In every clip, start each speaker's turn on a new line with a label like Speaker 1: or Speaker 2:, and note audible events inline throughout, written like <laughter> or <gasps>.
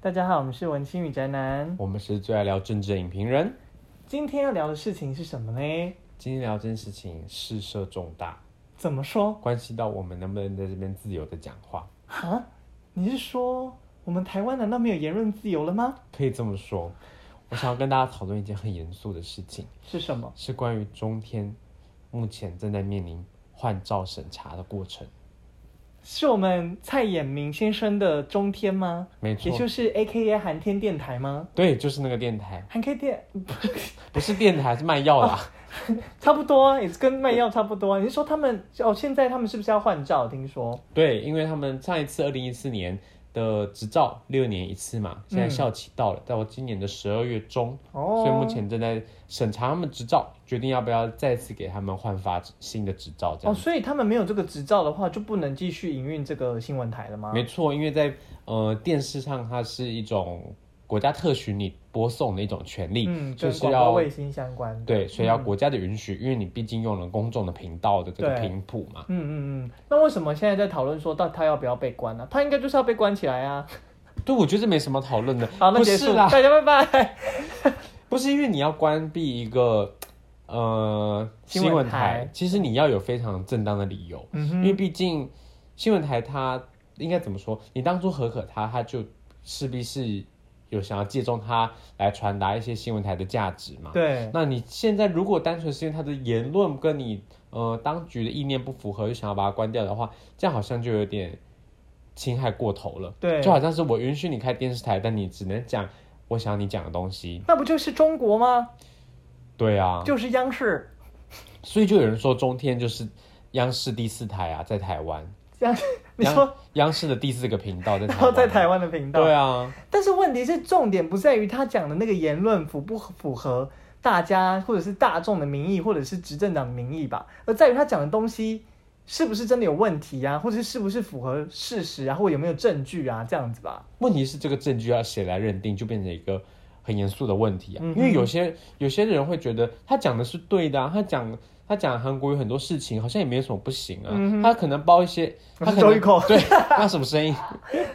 Speaker 1: 大家好，我们是文青与宅男。
Speaker 2: 我们是最爱聊政治的影评人，
Speaker 1: 今天要聊的事情是什么呢？
Speaker 2: 今天聊这件事情事涉重大，
Speaker 1: 怎么说？
Speaker 2: 关系到我们能不能在这边自由的讲话，
Speaker 1: 哈？啊你是说我们台湾难道没有言论自由了吗？
Speaker 2: 可以这么说。我想要跟大家讨论一件很严肃的事情，
Speaker 1: 是什么？
Speaker 2: 是关于中天目前正在面临换照审查的过程。
Speaker 1: 是我们蔡衍明先生的中天吗？
Speaker 2: 没
Speaker 1: 也
Speaker 2: 错，
Speaker 1: 就是 A K A 韩天电台吗？
Speaker 2: 对，就是那个电台，
Speaker 1: 韩 K 电
Speaker 2: 不是电台，是卖药
Speaker 1: <laughs>
Speaker 2: 啦。
Speaker 1: 哦差不多啊，也是跟卖药差不多啊。你是说他们哦？现在他们是不是要换照？听说
Speaker 2: 对，因为他们上一次二零一四年的执照六年一次嘛，现在
Speaker 1: 嗯
Speaker 2: 校期到了，到今年的十二月中，
Speaker 1: 哦，
Speaker 2: 所以目前正在审查他们执照，决定要不要再次给他们换发新的执照。这
Speaker 1: 哦，
Speaker 2: 样，
Speaker 1: 所以他们没有这个执照的话，就不能继续营运这个新闻台了吗？
Speaker 2: 没错，因为在呃电视上，它是一种国家特许你播送的一种权利，
Speaker 1: 嗯，
Speaker 2: 就
Speaker 1: 跟
Speaker 2: 是
Speaker 1: 广播
Speaker 2: 要
Speaker 1: 卫星相关的。
Speaker 2: 对，所以要国家的允许，因为你毕竟用了公众的频道的这
Speaker 1: 嗯
Speaker 2: 个
Speaker 1: 对
Speaker 2: 频谱嘛。
Speaker 1: 嗯嗯嗯，那为什么现在在讨论说到他要不要被关啊呢、他应该就是要被关起来
Speaker 2: <laughs>
Speaker 1: 啊。
Speaker 2: 对，我觉得这没什么讨论的。
Speaker 1: 好，那
Speaker 2: 不
Speaker 1: 结
Speaker 2: 是
Speaker 1: 束，
Speaker 2: 啦，
Speaker 1: 大家拜
Speaker 2: <laughs>
Speaker 1: 拜。
Speaker 2: 不是因为你要关闭一个呃
Speaker 1: 新
Speaker 2: 新
Speaker 1: 闻
Speaker 2: 闻
Speaker 1: 台
Speaker 2: 台，其实你要有非常正当的理由，
Speaker 1: 嗯
Speaker 2: 因
Speaker 1: 哼，
Speaker 2: 为毕竟新闻台它应该怎么说？你当初合可它，它就势必是有想要借重它来传达一些新闻台的价值嘛。
Speaker 1: 对，
Speaker 2: 那你现在如果单纯是因为它的言论跟你呃当局的意念不符合，就想要把它关掉的话，这样好像就有点侵害过头了。
Speaker 1: 对
Speaker 2: 就好像是我允许你开电视台，但你只能讲我想要你讲的东西。
Speaker 1: 那不就是中国吗？
Speaker 2: 对啊，
Speaker 1: 就是央视，
Speaker 2: 所以就有人说中天就是央视第四台啊，在台湾，
Speaker 1: 央，你说，
Speaker 2: 央视的第四个频道在
Speaker 1: 然 <laughs>
Speaker 2: 台
Speaker 1: 后
Speaker 2: 湾，
Speaker 1: 哦在台湾的频道。
Speaker 2: 对啊，
Speaker 1: 但是问题是，重点不在于他讲的那个言论符不符合大家或者是大众的民意，或者是执政党的民意吧，而在于他讲的东西是不是真的有问题啊，或者是是不是符合事实啊，或有没有证据啊，这样子吧。
Speaker 2: 问题是这个证据要谁来认定，就变成一个很严肃的问题啊。
Speaker 1: 嗯哼
Speaker 2: 因为有些有些人会觉得他讲的是对的、啊，他讲他讲韩国有很多事情，好像也没有什么不行啊。
Speaker 1: 嗯哼
Speaker 2: 他可能报一些，
Speaker 1: 我
Speaker 2: 他
Speaker 1: 是
Speaker 2: 可
Speaker 1: 周玉
Speaker 2: 能
Speaker 1: 蔻，
Speaker 2: 对，那什么声音？ <laughs>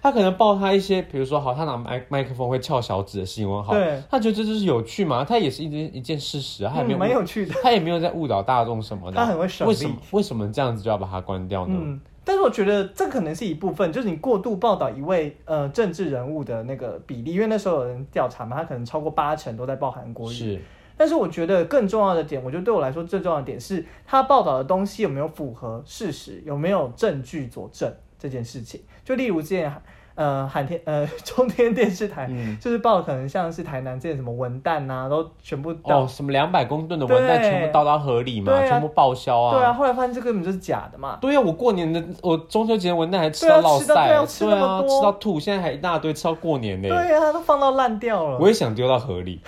Speaker 2: 他可能报他一些，比如说好，他拿麦麦克风会翘小指的新闻，好
Speaker 1: 对，
Speaker 2: 他觉得这就是有趣嘛，他也是一件一件事实啊，他也
Speaker 1: 嗯，
Speaker 2: 没有
Speaker 1: 蛮有趣的，
Speaker 2: 他也没有在误导大众什么的。啊
Speaker 1: 他很会省
Speaker 2: 为
Speaker 1: 力。
Speaker 2: 什么为什么这样子就要把它关掉呢？
Speaker 1: 嗯，但是我觉得这可能是一部分，就是你过度报道一位呃政治人物的那个比例，因为那时候有人调查嘛，他可能超过八成都在报韩国语。
Speaker 2: 是
Speaker 1: 但是我觉得更重要的点，我觉得对我来说最重要的点是，他报道的东西有没有符合事实，有没有证据佐证这件事情。就例如之前呃韩天呃 <laughs> 中天电视台。
Speaker 2: 嗯
Speaker 1: 就是报可能像是台南这些什么文旦呐、都全部到
Speaker 2: 哦，什么两百公吨的文带
Speaker 1: 对
Speaker 2: 全部倒到河里嘛，
Speaker 1: 对啊
Speaker 2: 全部报销啊。
Speaker 1: 对啊，后来发现这根本就是假的嘛。
Speaker 2: 对啊，我过年的我中秋节的文带还吃
Speaker 1: 对啊
Speaker 2: 到落
Speaker 1: 吃到
Speaker 2: 塞，
Speaker 1: 对啊吃那
Speaker 2: 对
Speaker 1: 么
Speaker 2: 啊，
Speaker 1: 多
Speaker 2: 吃到吐，现在还一大堆，吃到过年呢。
Speaker 1: 对啊，都放到烂掉了。
Speaker 2: 我也想丢到河里。 <laughs>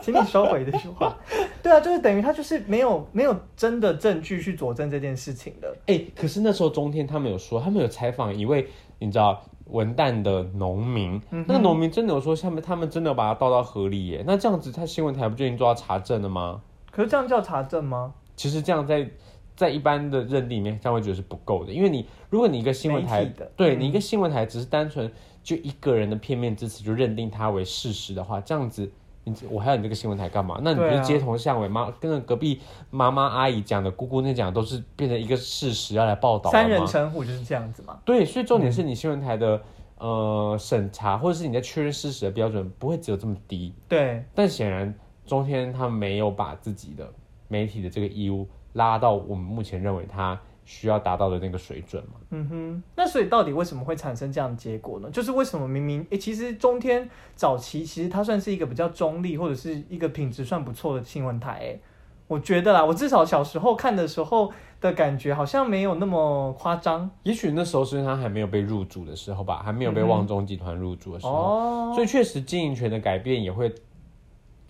Speaker 1: 请你收回这句话。对啊，就是等于他就是没有没有真的证据去佐证这件事情的。
Speaker 2: 哎、可是那时候中天他们有说，他们有采访一位你知道文旦的农民，
Speaker 1: 嗯哼
Speaker 2: 那个农民真的有说，他们他们真的有把它倒到河里耶。那这样子，他新闻台不就已经做到查证了吗？
Speaker 1: 可是这样叫查证吗？
Speaker 2: 其实这样在在一般的认定里面，这样会觉得是不够的，因为你如果你一个新闻台
Speaker 1: 媒体的
Speaker 2: 对
Speaker 1: 嗯
Speaker 2: 你一个新闻台只是单纯就一个人的片面之词就认定它为事实的话，这样子。你我还要你这个新闻台干嘛？那你不
Speaker 1: 对
Speaker 2: 是
Speaker 1: 啊
Speaker 2: 街头巷尾妈、跟着隔壁妈妈阿姨讲的、姑姑那讲的，都是变成一个事实要来报道
Speaker 1: 三
Speaker 2: 了
Speaker 1: 人
Speaker 2: 吗？
Speaker 1: 成虎就是这样子嘛。
Speaker 2: 对，所以重点是你新闻台的、呃审查，或者是你在确认事实的标准不会只有这么低。
Speaker 1: 对，
Speaker 2: 但显然中天他没有把自己的媒体的这个义务拉到我们目前认为他需要达到的那个水准嘛。
Speaker 1: 嗯哼。那所以到底为什么会产生这样的结果呢？就是为什么明明诶、其实中天早期其实它算是一个比较中立或者是一个品质算不错的新闻台、诶我觉得啦，我至少小时候看的时候的感觉好像没有那么夸张
Speaker 2: 也许那时候是因为他还没有被入主的时候吧，还没有被
Speaker 1: 嗯哼
Speaker 2: 旺中集团入主的时候，
Speaker 1: 哦。
Speaker 2: 所以确实经营权的改变也会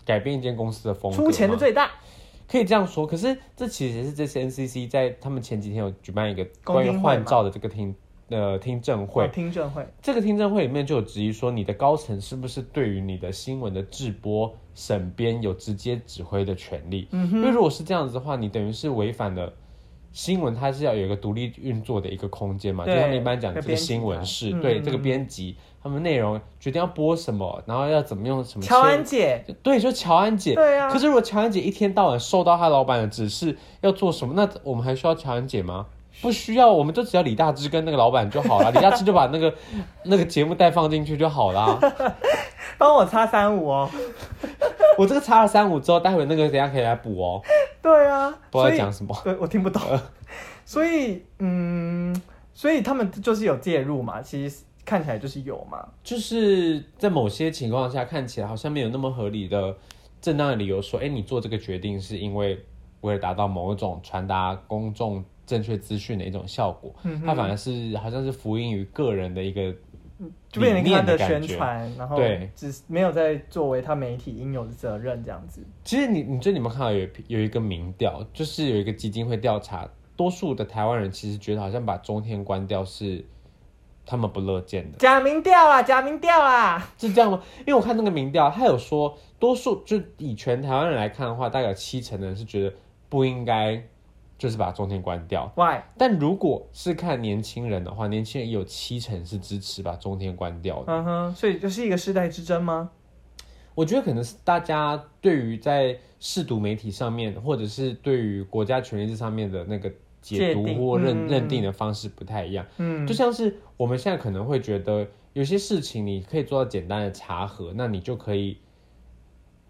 Speaker 2: 改变一间公司的风格嘛。
Speaker 1: 出钱的最大，
Speaker 2: 可以这样说，可是这其实是这次 NCC 在他们前几天有举办一个
Speaker 1: 公
Speaker 2: 关
Speaker 1: 听会
Speaker 2: 于
Speaker 1: 嘛
Speaker 2: 换照的这个听呃听证会
Speaker 1: 哦，听证会，
Speaker 2: 这个听证会里面就有质疑说，你的高层是不是对于你的新闻的制播、审编有直接指挥的权利？
Speaker 1: 嗯
Speaker 2: 因为
Speaker 1: 哼，
Speaker 2: 如果是这样子的话，你等于是违反了新闻它是要有一个独立运作的一个空间嘛，就
Speaker 1: 对
Speaker 2: 他们一般讲
Speaker 1: 要
Speaker 2: 这
Speaker 1: 编
Speaker 2: 个
Speaker 1: 辑
Speaker 2: 新
Speaker 1: 它
Speaker 2: 闻是
Speaker 1: 嗯
Speaker 2: 对
Speaker 1: 嗯
Speaker 2: 这个编辑他们内容决定要播什么，然后要怎么用什么
Speaker 1: 乔
Speaker 2: 切
Speaker 1: 安姐，
Speaker 2: 对，就乔安姐。
Speaker 1: 对啊
Speaker 2: 可是如果乔安姐一天到晚受到她老板的指示要做什么，那我们还需要乔安姐吗？不需要，啊我们就只要李大芝跟那个老板就好 <laughs> 了。李大芝就把那个那个节目带放进去就好啦。
Speaker 1: <laughs> 帮我擦三五哦。
Speaker 2: 我这个查了三五之后，待会那个等一下可以来补哦。
Speaker 1: 对啊，
Speaker 2: 不知道
Speaker 1: 所
Speaker 2: 在
Speaker 1: 以
Speaker 2: 讲什么。呃
Speaker 1: 对我听不懂， <laughs> 所以嗯，所以他们就是有介入嘛，其实看起来就是有嘛。
Speaker 2: 就是在某些情况下看起来好像没有那么合理的正当的理由说，哎、你做这个决定是因为为了达到某一种传达公众正确资讯的一种效果，
Speaker 1: 嗯哼
Speaker 2: 它反而是好像是福音于个人的一个
Speaker 1: 嗯就变成
Speaker 2: 理
Speaker 1: 他
Speaker 2: 念
Speaker 1: 的
Speaker 2: 感
Speaker 1: 宣
Speaker 2: 觉。
Speaker 1: 传，然后
Speaker 2: 对
Speaker 1: 只是没有在作为他媒体应有的责任这样子。
Speaker 2: 其实你你最近有没有看到有有一个民调，就是有一个基金会调查，多数的台湾人其实觉得好像把中天关掉是他们不乐见的。
Speaker 1: 假民调啦，假民调啊啦，
Speaker 2: 是这样吗？因为我看那个民调，他有说，多数就以全台湾人来看的话，大概有七成的人是觉得不应该，就是把中天关掉。
Speaker 1: 喂，
Speaker 2: 但如果是看年轻人的话，年轻人也有七成是支持把中天关掉的。
Speaker 1: 嗯哼，所以就是一个世代之争吗？
Speaker 2: 我觉得可能是大家对于在视读媒体上面，或者是对于国家权力这上面的那个解读
Speaker 1: 界定
Speaker 2: 或认、
Speaker 1: 嗯
Speaker 2: 认定的方式不太一样。
Speaker 1: 嗯，
Speaker 2: 就像是我们现在可能会觉得有些事情你可以做到简单的查核，那你就可以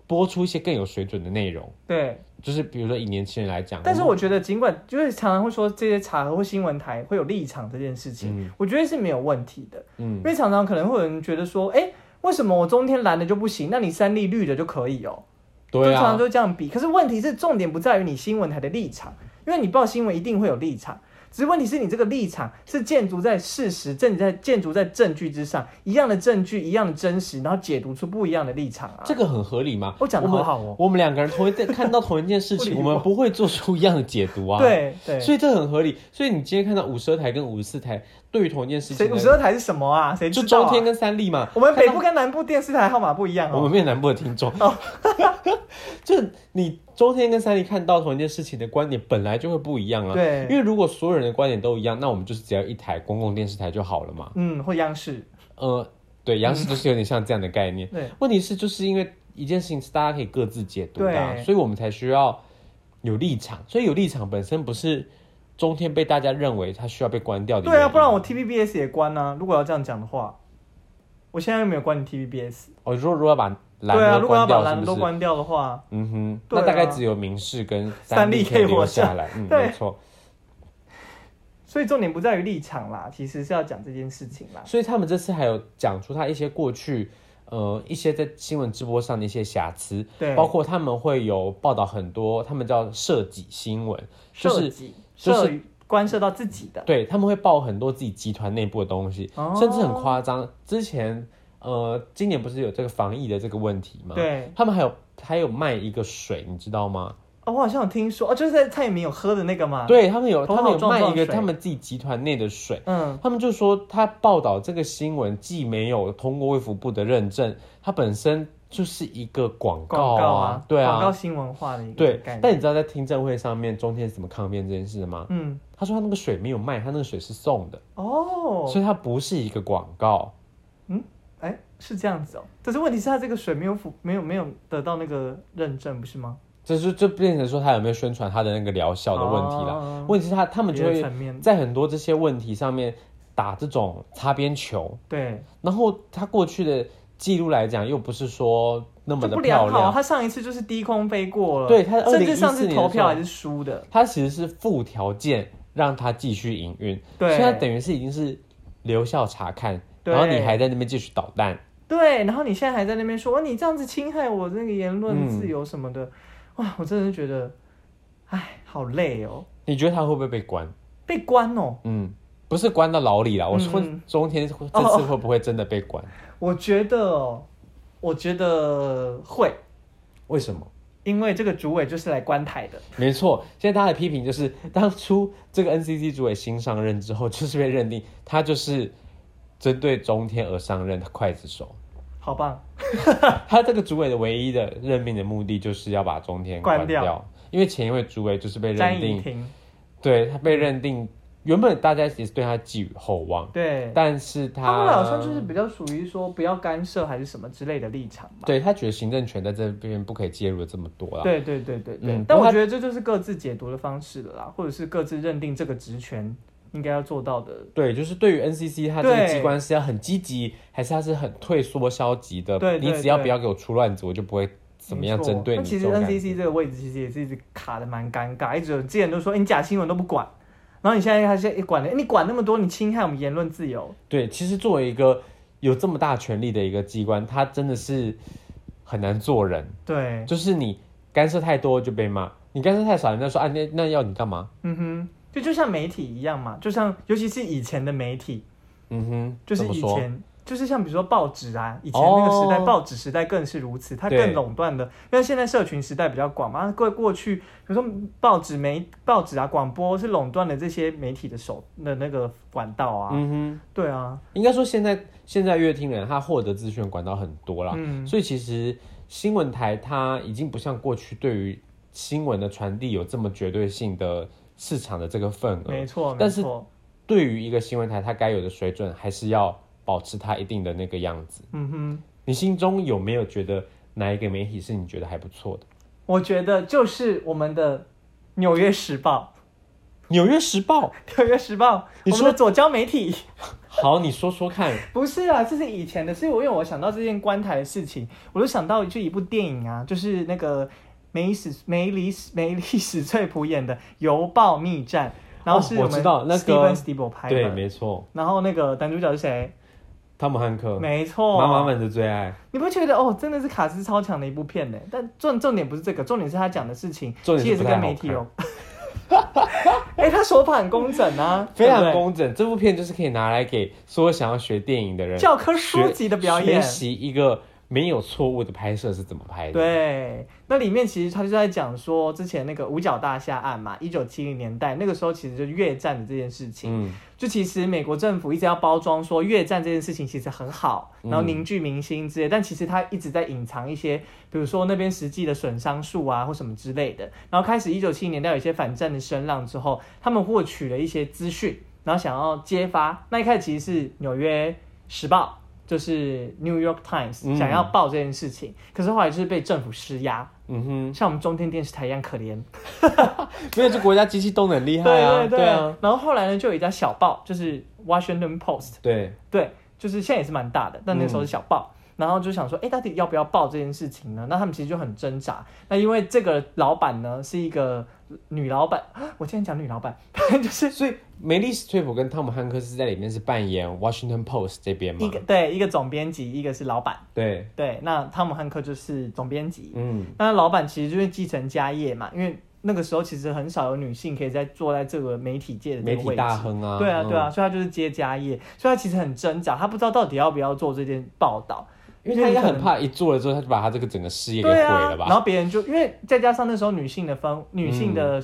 Speaker 2: 播出一些更有水准的内容。
Speaker 1: 对。
Speaker 2: 就是比如说以年轻人来讲，
Speaker 1: 但是
Speaker 2: 我
Speaker 1: 我觉得，尽管就是常常会说这些茶和或新闻台会有立场这件事情，我觉得是没有问题的。
Speaker 2: 嗯
Speaker 1: 因为常常可能会有人觉得说，哎、为什么我中天蓝的就不行？那你三立绿的就可以哦、
Speaker 2: 对
Speaker 1: 就常
Speaker 2: 啊
Speaker 1: 常，就这样比。可是问题是，重点不在于你新闻台的立场，因为你报新闻一定会有立场。只是问题是你这个立场是建筑在事实、建筑在建筑在证据之上，一样的证据，一样的真实，然后解读出不一样的立场啊。
Speaker 2: 这个很合理嘛。
Speaker 1: 我讲的
Speaker 2: 们
Speaker 1: 好好哦
Speaker 2: 我们两个人同一件看到同一件事情，
Speaker 1: 不
Speaker 2: 我
Speaker 1: <laughs> 理我
Speaker 2: 们不会做出一样的解读啊。。
Speaker 1: <laughs> 对对，
Speaker 2: 所以这很合理，所以你今天看到五十二台跟五十四台对于同一件事
Speaker 1: 谁
Speaker 2: 情
Speaker 1: 五
Speaker 2: 呢，
Speaker 1: 十二台是什么啊？谁知
Speaker 2: 就
Speaker 1: 道、
Speaker 2: 中
Speaker 1: 啊？
Speaker 2: 天跟三立嘛，
Speaker 1: 我们北部跟南部电视台号码不一样
Speaker 2: 我
Speaker 1: 哦。
Speaker 2: 们没有南部的听
Speaker 1: <laughs>
Speaker 2: 众，就你中天跟三立看到同一件事情的观点本来就会不一样啊。
Speaker 1: 对
Speaker 2: 因为如果所有人的观点都一样，那我们就是只要一台公共电视台就好了嘛。
Speaker 1: 嗯，或央视。
Speaker 2: 呃，对，央视就是有点像这样的概念。
Speaker 1: 对，
Speaker 2: 问题是就是因为一件事情是大家可以各自解读的、啊，
Speaker 1: 对
Speaker 2: 所以我们才需要有立场。所以有立场本身不是中天被大家认为它需要被关掉的原因。
Speaker 1: 对啊，不然我 TVBS 也关啊。如果要这样讲的话，我现在又没有关你 TVBS。
Speaker 2: 我哦说如果要把蓝
Speaker 1: 对啊，
Speaker 2: 都
Speaker 1: 如果要把
Speaker 2: 关掉，是
Speaker 1: 蓝
Speaker 2: 不
Speaker 1: 的
Speaker 2: 是
Speaker 1: 都关掉的话，
Speaker 2: 嗯哼，
Speaker 1: 对啊
Speaker 2: 那大概只有明视跟
Speaker 1: 三立
Speaker 2: 立
Speaker 1: 可以
Speaker 2: 留
Speaker 1: 活
Speaker 2: 下
Speaker 1: 下 <laughs>
Speaker 2: 来。嗯，
Speaker 1: 对啊
Speaker 2: 没错。
Speaker 1: 所以重点不在于立场啦，其实是要讲这件事情啦。
Speaker 2: 所以他们这次还有讲出他一些过去，呃，一些在新闻直播上的一些瑕疵，
Speaker 1: 对，
Speaker 2: 包括他们会有报道很多，他们叫涉及新闻，就
Speaker 1: 涉
Speaker 2: 是
Speaker 1: 及、
Speaker 2: 就是
Speaker 1: 涉关涉到自己的，
Speaker 2: 对他们会报很多自己集团内部的东西，
Speaker 1: 哦
Speaker 2: 甚至很夸张。之前呃，今年不是有这个防疫的这个问题吗？，
Speaker 1: 对。
Speaker 2: 他们还有还有卖一个水，你知道吗？
Speaker 1: 哦，我好像有听说，哦，就是在蔡依明有喝的那个嘛。，
Speaker 2: 对他们有
Speaker 1: 头
Speaker 2: 他
Speaker 1: 脑
Speaker 2: 们有
Speaker 1: 撞
Speaker 2: 卖
Speaker 1: 撞
Speaker 2: 一个
Speaker 1: 水
Speaker 2: 他们自己集团内的水。
Speaker 1: 嗯，
Speaker 2: 他们就说他报道这个新闻既没有通过卫福部的认证，它本身就是一个广告
Speaker 1: 广
Speaker 2: 啊，
Speaker 1: 告啊，
Speaker 2: 对
Speaker 1: 广告
Speaker 2: 啊，
Speaker 1: 新文化的一个
Speaker 2: 对
Speaker 1: 概。念。
Speaker 2: 但你知道在听证会上面中天是怎么抗辩这件事的吗？
Speaker 1: 嗯，
Speaker 2: 他说他那个水没有卖，他那个水是送的，
Speaker 1: 哦，
Speaker 2: 所以它不是一个广告。
Speaker 1: 哎，是这样子哦。可是问题是，他这个水没有符，没有没有得到那个认证，不是吗？
Speaker 2: 这就就变成说他有没有宣传他的那个疗效的问题了。
Speaker 1: 哦
Speaker 2: 问题是他他们就
Speaker 1: 别的
Speaker 2: 会
Speaker 1: 层面
Speaker 2: 在很多这些问题上面打这种擦边球，
Speaker 1: 对，
Speaker 2: 然后他过去的记录来讲又不是说那么
Speaker 1: 就
Speaker 2: 的
Speaker 1: 不
Speaker 2: 漂
Speaker 1: 良好。。
Speaker 2: 亮
Speaker 1: 他上一次就是低空飞过了，
Speaker 2: 对他在
Speaker 1: 甚至
Speaker 2: 2014
Speaker 1: 上次
Speaker 2: 年的
Speaker 1: 投
Speaker 2: 时候
Speaker 1: 票还是输的，
Speaker 2: 它其实是附条件让它继续营运，
Speaker 1: 对
Speaker 2: 所以它等于是已经是留校查看，
Speaker 1: 对
Speaker 2: 然后你还在那边继续捣蛋，
Speaker 1: 对，然后你现在还在那边说，哇哦你这样子侵害我那个言论自由什么的，哇，我真的是觉得，哎，好累哦，
Speaker 2: 你觉得它会不会被关？
Speaker 1: 被关哦。
Speaker 2: 嗯，不是关到牢里了，我说
Speaker 1: 嗯嗯
Speaker 2: 中天这次会不会真的被关？
Speaker 1: 我觉得哦，我觉得会，
Speaker 2: <laughs> 为什么？
Speaker 1: 因为这个主委就是来观台的，
Speaker 2: 没错，现在大家的批评就是，当初这个 NCC 主委新上任之后，就是被认定他就是针对中天而上任的刽子手。
Speaker 1: 好棒，
Speaker 2: <laughs> 他这个主委的唯一的任命的目的，就是要把中天
Speaker 1: 关
Speaker 2: 关
Speaker 1: 掉
Speaker 2: 因为前一位主委就是被认
Speaker 1: 詹
Speaker 2: 定
Speaker 1: 怡婷，
Speaker 2: 对他被认定，原本大家也是对他寄予厚望，
Speaker 1: 对，
Speaker 2: 但是哦他
Speaker 1: 他后来好像就是比较属于说不要干涉还是什么之类的立场吧。
Speaker 2: 对他觉得行政权在这边不可以介入的这么多啦。
Speaker 1: 对对对对对，
Speaker 2: 嗯
Speaker 1: 但
Speaker 2: 不过
Speaker 1: 我
Speaker 2: 他
Speaker 1: 觉得这就是各自解读的方式了啦，或者是各自认定这个职权应该要做到的。
Speaker 2: 对，就是对于 NCC 它这个
Speaker 1: 对
Speaker 2: 机关是要很积极，还是它是很退缩消极的？
Speaker 1: 对对
Speaker 2: 你只要
Speaker 1: 对
Speaker 2: 不要给我出乱子，我就不会怎么样
Speaker 1: 没错
Speaker 2: 针对
Speaker 1: 那
Speaker 2: 你
Speaker 1: 其
Speaker 2: 这
Speaker 1: 实
Speaker 2: 种感觉。
Speaker 1: NCC 这个位置其实也是一直卡的蛮尴尬，一直有之前都说、欸你假新闻都不管，然后你现在还是、欸、管了、欸你管那么多，你侵害我们言论自由。
Speaker 2: 对，其实作为一个有这么大权力的一个机关，它真的是很难做人。
Speaker 1: 对，
Speaker 2: 就是你干涉太多就被骂，你干涉太少，人家说啊，那那要你干嘛？
Speaker 1: 嗯哼，就就像媒体一样嘛，就像尤其是以前的媒体，
Speaker 2: 嗯哼，
Speaker 1: 就是
Speaker 2: 怎么
Speaker 1: 以
Speaker 2: 说？
Speaker 1: 前。就是像比如说报纸啊，以前那个时代，
Speaker 2: 哦
Speaker 1: 报纸时代更是如此，它
Speaker 2: 对
Speaker 1: 更垄断的。因为现在社群时代比较广嘛，过过去比如说报纸媒、报纸啊、广播是垄断了这些媒体的手的那个管道啊。
Speaker 2: 嗯
Speaker 1: 对啊
Speaker 2: 哼，，应该说现在现在乐听人他获得资讯的管道很多啦，
Speaker 1: 嗯，
Speaker 2: 所以其实新闻台它已经不像过去对于新闻的传递有这么绝对性的市场的这个份额
Speaker 1: 没，错，没
Speaker 2: 呃但是
Speaker 1: 错，
Speaker 2: 对于一个新闻台它该有的水准还是要保持它一定的那个样子。
Speaker 1: 嗯哼，
Speaker 2: 你心中有没有觉得哪一个媒体是你觉得还不错的？
Speaker 1: 我觉得就是我们的《纽约时报
Speaker 2: 纽约时报，》，
Speaker 1: 《纽约时报》，
Speaker 2: 你
Speaker 1: 我们的左交媒体。
Speaker 2: 好，你说说看。
Speaker 1: 不是啦，这是以前的，是我因为我想到这件观台的事情，我就想到就一部电影啊，就是那个梅史梅里史梅里史翠普演的《邮报密
Speaker 2: <laughs>
Speaker 1: 战》，然后是
Speaker 2: 哦我
Speaker 1: 们
Speaker 2: 知道那个
Speaker 1: Steven s t e v e 拍
Speaker 2: 对，
Speaker 1: 的，
Speaker 2: 没错，
Speaker 1: 然后那个男主角是谁？
Speaker 2: 汤姆汉克，
Speaker 1: 没错，
Speaker 2: 妈妈们的最爱。
Speaker 1: 你不觉得哦，真的是卡斯超强的一部片呢？但重重点不是这个，重点是他讲的事情，
Speaker 2: 重点是
Speaker 1: 其实也是
Speaker 2: 不太
Speaker 1: 跟
Speaker 2: 好
Speaker 1: 媒体有。 <laughs> 哎、他手法很工整啊，
Speaker 2: <laughs> 非
Speaker 1: 对
Speaker 2: 常
Speaker 1: 不对
Speaker 2: 工整，这部片就是可以拿来给所有想要学电影的人
Speaker 1: 教科书级的表演
Speaker 2: 学，习一个没有错误的拍摄是怎么拍的。，
Speaker 1: 对，那里面其实他就在讲说之前那个五角大厦案嘛，一九七零年代那个时候其实就越战的这件事情，
Speaker 2: 嗯，
Speaker 1: 就其实美国政府一直要包装说越战这件事情其实很好，然后
Speaker 2: 嗯
Speaker 1: 凝聚民心之类，但其实他一直在隐藏一些，比如说那边实际的损伤数啊或什么之类的。然后开始一九七零年代有一些反战的声浪之后，他们获取了一些资讯，然后想要揭发。那一开始其实是《纽约时报》。就是 New York Times
Speaker 2: 嗯
Speaker 1: 想要报这件事情，可是后来就是被政府施压，
Speaker 2: 嗯哼，
Speaker 1: 像我们中天电视台一样可怜。
Speaker 2: 没有这国家机器动得很厉害啊，
Speaker 1: 对对
Speaker 2: 啊，。
Speaker 1: 然后后来呢，就有一家小报，就是《Washington Post》，
Speaker 2: 对，
Speaker 1: 对，就是现在也是蛮大的，但那时候
Speaker 2: 嗯
Speaker 1: 是小报。然后就想说，哎，到底要不要报这件事情呢？那他们其实就很挣扎。那因为这个老板呢是一个女老板，啊我今天讲女老板， <laughs> 就是
Speaker 2: 所以梅丽史翠普跟汤姆汉克斯在里面是扮演 Washington Post 这边
Speaker 1: 一
Speaker 2: 嘛
Speaker 1: 个？对一个总编辑，一个是老板。
Speaker 2: 对，
Speaker 1: 对，那汤姆汉克就是总编辑。
Speaker 2: 嗯，
Speaker 1: 那老板其实就是继承家业嘛，因为那个时候其实很少有女性可以在坐在这个媒体界的这
Speaker 2: 媒
Speaker 1: 个
Speaker 2: 体
Speaker 1: 位
Speaker 2: 大
Speaker 1: 置。
Speaker 2: 亨啊，
Speaker 1: 对啊，
Speaker 2: 嗯
Speaker 1: 对啊，，所以他就是接家业，所以他其实很挣扎，他不知道到底要不要做这件报道，
Speaker 2: 因为他应该
Speaker 1: 可能
Speaker 2: 很怕一做了之后，他就把他这个整个事业给
Speaker 1: 对
Speaker 2: 毁
Speaker 1: 啊
Speaker 2: 了，
Speaker 1: 然
Speaker 2: 吧？嗯
Speaker 1: 后别人就因为再加上那时候女性的方，女性的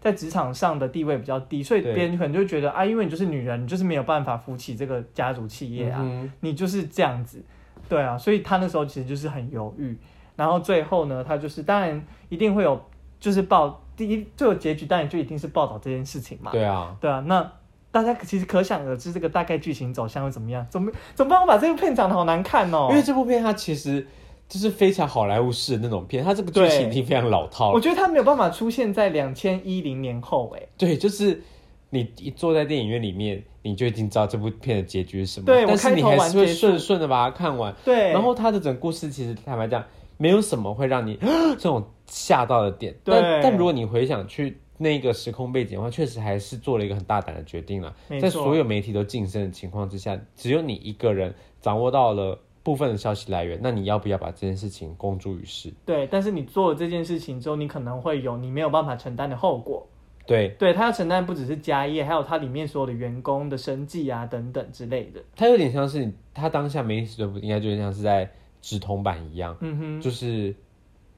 Speaker 1: 在职场上的地位比较低，所以
Speaker 2: 对
Speaker 1: 别人可能就会觉得啊，因为你就是女人，你就是没有办法扶起这个家族企业啊，
Speaker 2: 嗯哼
Speaker 1: 你就是这样子，对啊，所以她那时候其实就是很犹豫。然后最后呢，她就是当然一定会有，就是报第一最后结局，当然就一定是报道这件事情嘛，
Speaker 2: 对啊，
Speaker 1: 对啊，那。大家其实可想而知，这个大概剧情走向会怎么样？怎么怎么办？我把这个片讲的好难看哦。
Speaker 2: 因为这部片它其实就是非常好莱坞式的那种片，它这个剧
Speaker 1: 对
Speaker 2: 情已经非常老套了
Speaker 1: 我。觉得他没有办法出现在两千一零年后、哎，
Speaker 2: 对，就是你一坐在电影院里面，你就已经知道这部片的结局是什么，
Speaker 1: 对我
Speaker 2: 但
Speaker 1: 开
Speaker 2: 是你
Speaker 1: 头
Speaker 2: 还
Speaker 1: 完
Speaker 2: 是会
Speaker 1: 结束
Speaker 2: 顺顺的把它看完。
Speaker 1: 对，
Speaker 2: 然后它的整个故事其实坦白讲，没有什么会让你 <gasps> 这种吓到的点。
Speaker 1: 对
Speaker 2: 但但如果你回想去那个时空背景的话，确实还是做了一个很大胆的决定了。
Speaker 1: 没
Speaker 2: 在
Speaker 1: 错
Speaker 2: 所有媒体都晋升的情况之下，只有你一个人掌握到了部分的消息来源，那你要不要把这件事情公诸于世？
Speaker 1: 对，但是你做了这件事情之后，你可能会有你没有办法承担的后果。
Speaker 2: 对，
Speaker 1: 对他要承担不只是家业，还有他里面所有的员工的生计啊等等之类的。
Speaker 2: 它有点像是你它当下媒体时不应该就像是在直通版一样，
Speaker 1: 嗯哼，
Speaker 2: 就是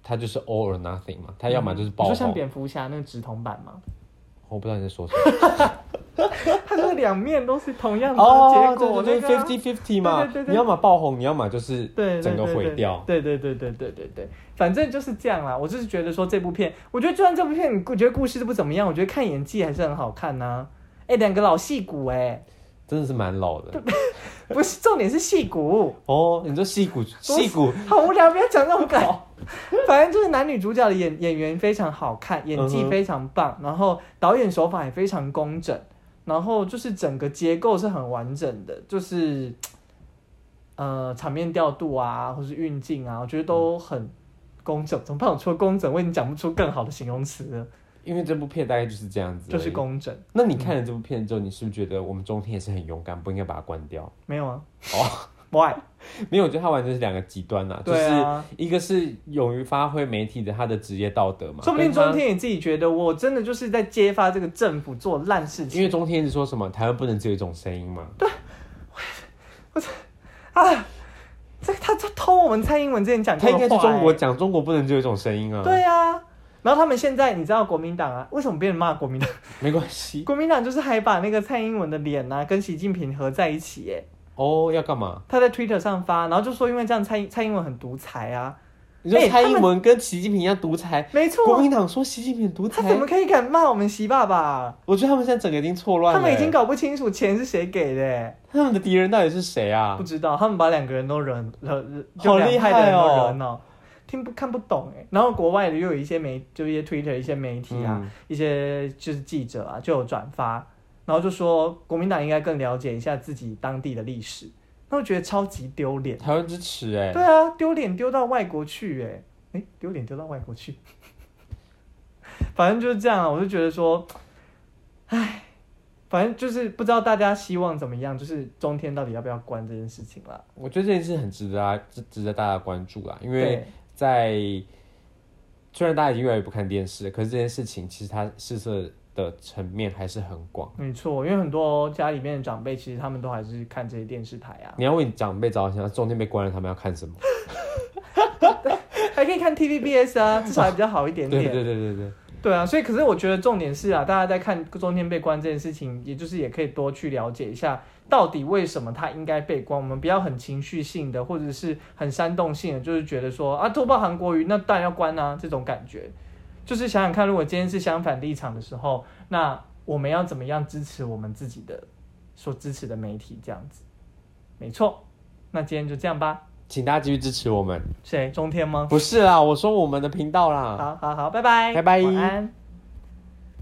Speaker 2: 它就是 all or nothing 嘛，它要么就是
Speaker 1: 嗯你
Speaker 2: 爆
Speaker 1: 说像
Speaker 2: 红，
Speaker 1: 蝙蝠侠那个直筒版吗？ <laughs>
Speaker 2: 我不知道你在说什么。
Speaker 1: 它就是两面都是同样的
Speaker 2: 哦
Speaker 1: 结，果，
Speaker 2: 对对对
Speaker 1: 那个啊
Speaker 2: ，fifty fifty 嘛，
Speaker 1: 对对对对
Speaker 2: 你要么爆红，你要么就是
Speaker 1: 对，对
Speaker 2: 整个
Speaker 1: 对
Speaker 2: 毁
Speaker 1: 对
Speaker 2: 掉。
Speaker 1: 啊对对对对对对对，反正就是这样啦。我就是觉得说这部片，我觉得就算这部片你觉得故事不怎么样，我觉得看演技还是很好看呐、哎、两个老戏骨哎、
Speaker 2: 真的是蛮老的
Speaker 1: <laughs> 不是重点是戏骨，
Speaker 2: 哦。你说戏
Speaker 1: <laughs>
Speaker 2: 骨戏骨
Speaker 1: 好无聊，不要讲这种梗。
Speaker 2: <laughs>
Speaker 1: 反正就是男女主角的演演员非常好看，演技
Speaker 2: 嗯哼
Speaker 1: 非常棒，然后导演手法也非常工整，然后就是整个结构是很完整的，就是呃场面调度啊，或是运镜啊，我觉得都很工整。怎么办？我除了工整，我已经讲不出更好的形容词了，
Speaker 2: 因为这部片大概就是这样子而已，
Speaker 1: 就是工整。
Speaker 2: 那你看了这部片之后，你是不是觉得我们中天也是很勇敢，不应该把它关掉？
Speaker 1: 没有啊？
Speaker 2: 哦
Speaker 1: <laughs> ，Why？
Speaker 2: 没有，我觉得它完全是两个极端呐、就
Speaker 1: 对
Speaker 2: 是
Speaker 1: 啊，
Speaker 2: 一个是勇于发挥媒体的他的职业道德嘛，
Speaker 1: 说不定
Speaker 2: 跟他
Speaker 1: 中，天也自己觉得我真的就是在揭发这个政府做烂事情
Speaker 2: 因。为中天一直说什么台湾不能只有一种声音嘛，
Speaker 1: 啊，这他他偷我们蔡英文之前讲过
Speaker 2: 他
Speaker 1: 的
Speaker 2: 应
Speaker 1: 话、
Speaker 2: 该去中国
Speaker 1: 哎
Speaker 2: 讲中国不能只有一种声音啊，，
Speaker 1: 对啊，然后他们现在你知道国民党啊，为什么被人骂国民
Speaker 2: <laughs>
Speaker 1: 党？
Speaker 2: 没关系
Speaker 1: 国民党就是还把那个蔡英文的脸啊跟习近平合在一起耶。
Speaker 2: 哦，要干嘛？
Speaker 1: 他在 Twitter 上发，然后就说因为这样蔡蔡英文很独裁啊，
Speaker 2: 你说
Speaker 1: 哎
Speaker 2: 蔡英文跟习近平一样独裁，
Speaker 1: 没
Speaker 2: 国
Speaker 1: 错，啊
Speaker 2: 民党说习近平独
Speaker 1: 他
Speaker 2: 裁
Speaker 1: 怎，么可以敢骂我们习爸爸？
Speaker 2: 我觉得他们现在整个已经错乱欸
Speaker 1: 他
Speaker 2: 了，
Speaker 1: 们已经搞不清楚钱是谁给的耶，
Speaker 2: 他们的敌人到底是谁啊
Speaker 1: 不？知道，他们把两个人都惹惹，惹
Speaker 2: 好
Speaker 1: 就两
Speaker 2: 厉
Speaker 1: 派的人
Speaker 2: 害
Speaker 1: 都
Speaker 2: 哦
Speaker 1: 惹恼，听不看不懂哎。然后国外的又有一些媒，就一些 Twitter 一些媒体啊，
Speaker 2: 嗯
Speaker 1: 一些就是记者啊就有转发，然后就说国民党应该更了解一下自己当地的历史，那我觉得超级丢脸。
Speaker 2: 嗯台湾之耻哎、
Speaker 1: 对啊，丢脸丢到外国去哎、欸，哎、丢脸丢到外国去， <laughs> 反正就是这样啊，我就觉得说，唉，反正就是不知道大家希望怎么样，就是中天到底要不要关这件事情啦。
Speaker 2: 我觉得这件事很值得大家值值得大家关注啊啦，因为
Speaker 1: 对
Speaker 2: 在虽然大家已经越来越不看电视了，可是这件事情其实它涉涉的层面还是很广。
Speaker 1: 没错，因为很多家里面的长辈其实他们都还是看这些电视台啊，
Speaker 2: 你要为长辈着想，中间被关了，他们要看什么？
Speaker 1: 还可以看 TVBS 啊，至少还比较好一点
Speaker 2: 对
Speaker 1: 点。
Speaker 2: 对对对对，
Speaker 1: 对啊，所以可是我觉得重点是啊，大家在看中天被关这件事情，也就是也可以多去了解一下，到底为什么他应该被关。我们不要很情绪性的，或者是很煽动性的，就是觉得说啊，偷报韩国瑜，那当然要关啊，这种感觉。就是想想看，如果今天是相反立场的时候，那我们要怎么样支持我们自己的所支持的媒体这样子？没错，那今天就这样吧。
Speaker 2: 请大家继续支持我们。
Speaker 1: 谁？中天吗？
Speaker 2: 不是啦，我说我们的频道啦。
Speaker 1: 好好好，拜拜，
Speaker 2: 啊拜拜
Speaker 1: 晚安。